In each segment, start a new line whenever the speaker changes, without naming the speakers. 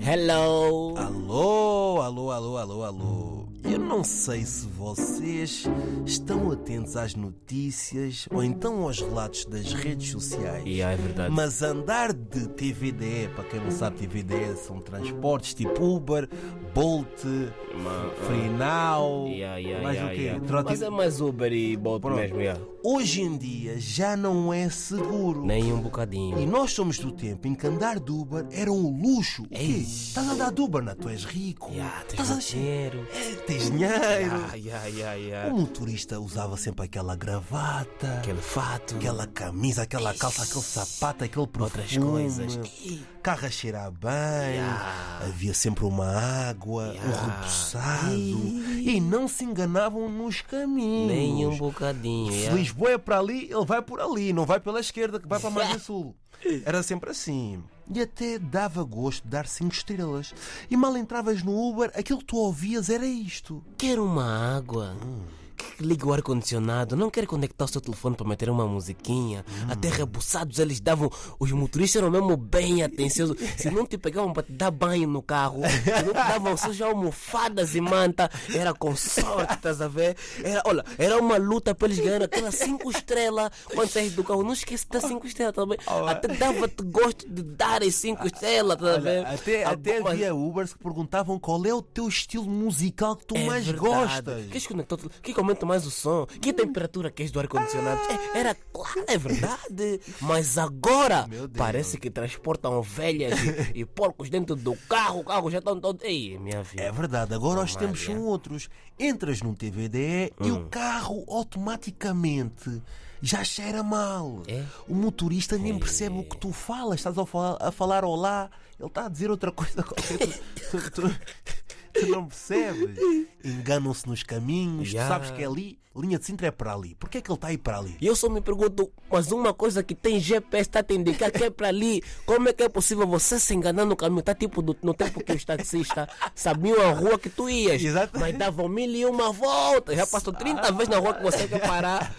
Hello!
Alô, alô, alô, alô, alô. Eu não sei se vocês estão atentos às notícias ou então aos relatos das redes sociais.
E é verdade.
Mas andar de TVDE, para quem não sabe, TVDE são transportes tipo Uber, Bolt, Freenow,
Yeah, yeah,
mais
yeah,
o quê?
yeah.
Trot-
Mas é mais Uber e Bolt
Pronto.
mesmo, yeah.
Hoje em dia já não é seguro.
Nem um
E
bocadinho.
nós somos do tempo em que andar de Uber era um luxo. O quê?
Ei.
Estás a andar de Uber, não? Tu és rico.
Yeah,
Estás
É
a-
tens dinheiro.
É, tens dinheiro.
Ah, yeah, yeah,
O
yeah.
motorista usava sempre aquela gravata,
Aquele fato.
aquela camisa, aquela calça, aquele sapato, aquele perfume.
Outras coisas.
Carro a cheirar bem.
Yeah.
Havia sempre uma água, um
Yeah.
repousado. E não se enganavam nos caminhos.
Nem um bocadinho,
Se
yeah.
Lisboa é para ali, ele vai por ali, não vai pela esquerda, que vai para a margem sul. Era sempre assim. E até dava gosto de dar cinco estrelas. E mal entravas no Uber, aquilo que tu ouvias era isto.
Quero uma água. Que liga o ar-condicionado, não quer conectar o seu telefone para meter uma musiquinha. Até rebuçados eles davam. Os motoristas eram mesmo bem atenciosos. Se não te pegavam para te dar banho no carro, se não te davam só já almofadas e manta, era com sorte, estás a ver? Era, olha, era uma luta para eles ganharem aquelas cinco estrelas quando saís do carro. Não esquece de dar cinco estrelas também. Até dava-te gosto de dar as cinco estrelas, estás a ver?
até
A
até
bo-
havia Ubers que perguntavam qual é o teu estilo musical que tu
É
mais
verdade.
gostas.
Queres conectar? o tele- Que aumenta mais o som? Que temperatura queres do ar-condicionado?
Ah.
É, era claro, é verdade. Mas agora
Meu Deus.
parece que transportam ovelhas e, e porcos dentro do carro. O carro já estão todo. Ei, minha vida.
É verdade, agora os tempos
Olha.
são outros. Entras num TVDE e
Hum.
o carro automaticamente já cheira mal.
É?
O motorista nem percebe o que tu falas. Estás a falar, a falar olá, ele está a dizer outra coisa qualquer. tu, tu- tu- tu não percebes. Enganam-se nos caminhos,
Ya.
tu sabes que é ali, linha de Sintra é para ali. Porquê é que ele está a ir para ali?
E eu só me pergunto, mas uma coisa que tem GPS está a te indicar que é para ali. Como é que é possível você se enganar no caminho? Tá tipo do- no tempo que os taxistas sabiam a rua que tu ias.
Exato.
Mas davam mil e uma volta. Já passou 30 vezes na rua que você quer parar.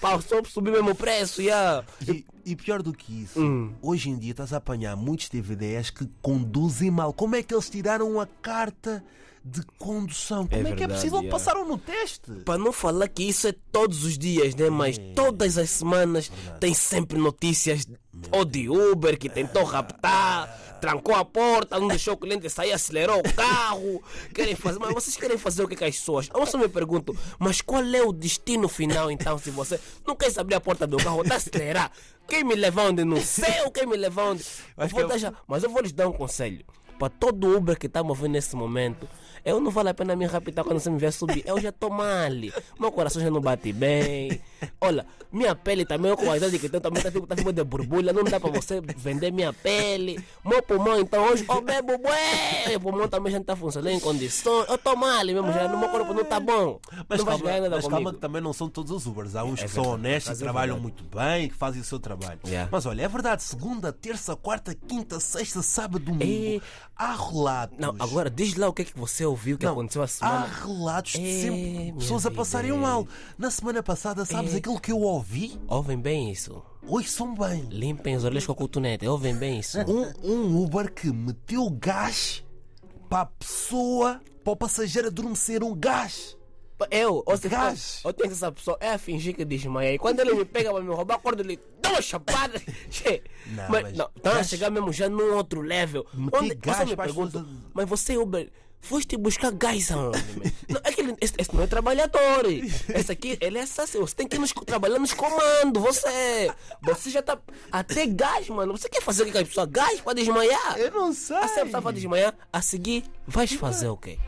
Passou por subir mesmo o preço. Yeah.
E, e pior do que isso,
Hum.
hoje em dia estás a apanhar muitos TVDs que conduzem mal. Como é que eles tiraram a carta de condução? Como é, que é
verdade,
possível que
yeah.
passaram no teste?
Para não falar que isso é todos os dias, né? Mas
É.
todas as semanas tem sempre notícias ou de Uber que
É.
tentou raptar, trancou a porta, não deixou o cliente sair, acelerou o carro. Querem fazer, mas vocês querem fazer o que com as pessoas? Eu só me pergunto, mas qual é o destino final então se você não quer abrir a porta do carro, dá acelerar? Quem me levar onde? Não sei o quem me levar onde. Eu
Acho
vou
que é eu-
deixar- mas eu vou lhes dar um conselho. Para todo Uber que está me ouvindo nesse momento, eu não vale a pena me raptar quando você me vier subir. Eu já estou mal. Meu coração já não bate bem. Olha, minha pele também, com a idade que tenho, também está tipo, tá tipo de borbulha. Não dá para você vender minha pele. Meu pulmão, então, hoje eu bebo bué. O pulmão também já não está funcionando em condições. Eu estou mal mesmo, já. No meu corpo não está bom.
Mas,
não vais ganhar
calma,
nada
mas calma que tá-
comigo.
também não são todos os Ubers. Há uns que são
verdade,
honestos e
mas é
trabalham
verdade.
muito bem, que fazem o seu trabalho.
Yeah.
Mas olha, é verdade, segunda, terça, quarta, quinta, sexta, sábado, domingo,
É.
há relatos.
Não, agora diz lá o que é que você ouviu que
Não,
aconteceu a
Há
semana.
relatos de
É,
sempre
minha
pessoas a passarem
vida.
mal. Na semana passada, sabes
É.
aquilo que eu ouvi?
Ouvem bem isso.
Hoje são bem.
Limpem os olhos com a cotonete. Ouvem bem isso.
um, um Uber que meteu gás para a pessoa, para o passageiro adormecer um gás.
Eu, ou se
Gás.
eu tenho que essa pessoa é a fingir que desmaiei. Quando ele me pega para me roubar, quando ele dá uma chapada. Che,
Não,
mas,
mas
não, tá a
gás-
chegar mesmo já num outro level.
Meter gás
você me
para as
pergunta,
pessoas-
mas você, Uber, foste buscar gás aonde? man? não, aquele, esse, esse não é trabalhador. Esse aqui, ele é assassino. Você tem que ir nos, trabalhar nos comandos. Você, você já tá. Até gás, mano. Você quer fazer o que com as pessoas? Gás para desmaiar.
Eu não sei. Então
A sempre para desmaiar. A seguir, vais fazer o quê?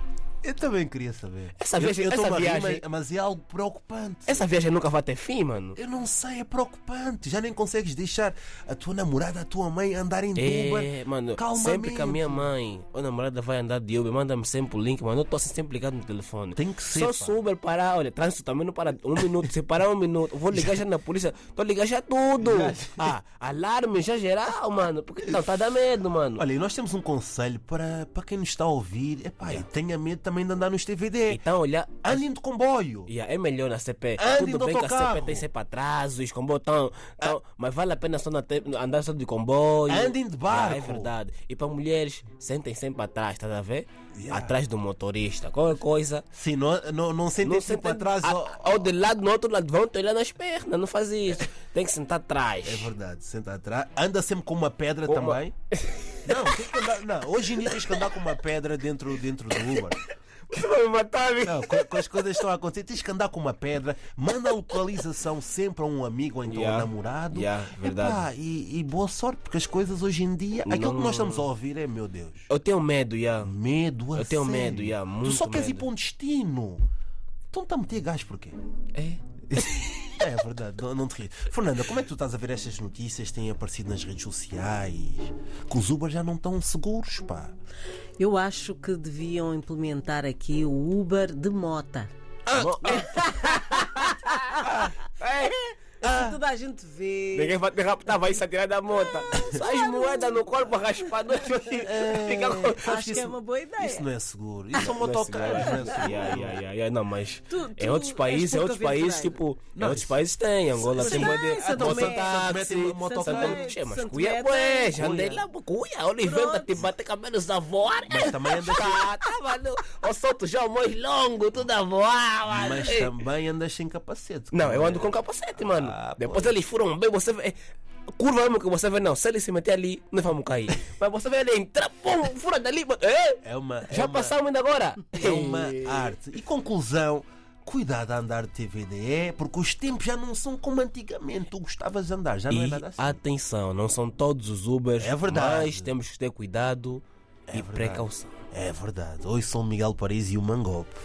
Eu também queria saber.
Essa
Eu-
viagem-
eu estou
essa
a rir,
viagem-
mas, mas é algo preocupante.
Essa viagem nunca vai ter fim, mano.
Eu não sei, é preocupante. Já nem consegues deixar a tua namorada, a tua mãe andarem de
É,
Uber.
mano,
calmamente.
sempre que a minha mãe ou namorada vai andar de Uber, manda-me sempre o link, mano. Eu tô assim, sempre ligado no telefone.
Tem que ser,
Só
pá.
se o Uber parar, olha, trânsito também não para um minuto. Se parar um minuto, eu vou ligar já na polícia, tô ligando já tudo. Ah, alarme já geral, mano. Porque não, tá dá medo, mano.
Olha, e nós temos um conselho para, para quem nos está a ouvir. Epá, e tenha medo também também de andar nos TVD.
Então, olha,
Andem de comboio.
Yeah, é melhor na CP.
Ande no
Tudo bem que a
autocarro.
CP tem sempre atraso, os comboios estão. tão- Mas vale a pena só na te- andar só de comboio.
Andem Ah. de
Yeah,
barco.
é verdade. E para mulheres, sentem sempre atrás, estás a ver?
Yeah.
Atrás do motorista. Qualquer coisa.
Sim, não, não, não sentem tipo sempre atrás.
a-
ó-
Ao de lado, no outro lado, vão te olhar nas pernas. Não faz isso. Tem que sentar atrás.
É verdade, senta atrás. Anda sempre com uma pedra
Uma-
também. Não, tem que andar- não, hoje em dia tens que andar com uma pedra dentro, dentro do Uber.
Vai me matar, amigo.
Não, co- co- as coisas estão a acontecer, tens que andar com uma pedra. Manda a localização sempre a um amigo ou então
Yeah.
um namorado.
Yeah, verdade.
Epá, e, e boa sorte, porque as coisas hoje em dia, aquilo que
Não.
nós estamos a ouvir é, meu Deus,
Eu tenho medo, yeah.
medo a
Eu tenho
sério.
medo, yeah,
Tu só
muito
queres ir
medo.
para um destino. Então está a meter gás porquê?
É.
É verdade, não, não te ri. Fernanda, como é que tu estás a ver estas notícias que têm aparecido nas redes sociais? Que os Uber já não estão seguros, pá.
Eu acho que deviam implementar aqui o Uber de mota. Toda a gente vê.
Ninguém vai te raptar, vai se atirar da moto. Só as moedas no corpo raspado.
É.
Fica com...
Sabes
Acho que é uma boa ideia.
Isso não é seguro. Isso são
Não é
motocarros,
seguro.
não é seguro.
Yeah, yeah, yeah, yeah. Não, mas
Tu-
em
tu
outros
és
países, em
pouco
outros países,
aventureiro.
tipo, em outros países tem, Angola
Sim,
é
tem boa de
Santo Tomé.
Santo Tomé tem
mototáxi,
mototáxi.
Santo Tomé, Che, mas
Santo
cuia,
Tomé
ué,
tem.
já andei lá, cuia, Oliveira
Pronto.
te bate cabelo da voar.
Mas também é andas-
tá, tá maluco, o solto já é o mais longo, tudo a voar, mano.
Mas
Ei.
também andas sem capacete.
Não, eu
cara.
ando com capacete, mano.
Ah,
Depois eles furam bem, você vê. Curva mesmo que você vê, não. Se ele se meter ali, não vamos cair. Mas você vê ele entrar, pum, fura dali. mano. É?
É uma, é
Já
uma,
passamos ainda agora?
É uma
Ei.
arte. E conclusão. Cuidado a andar de TVDE, porque os tempos já não são como antigamente. Tu gostavas de andar, já não é
E
nada assim.
atenção, não são todos os Ubers,
É verdade. É
mas temos que ter cuidado e
verdade.
precaução.
É verdade. Hoje são Miguel Paris e o Mangope.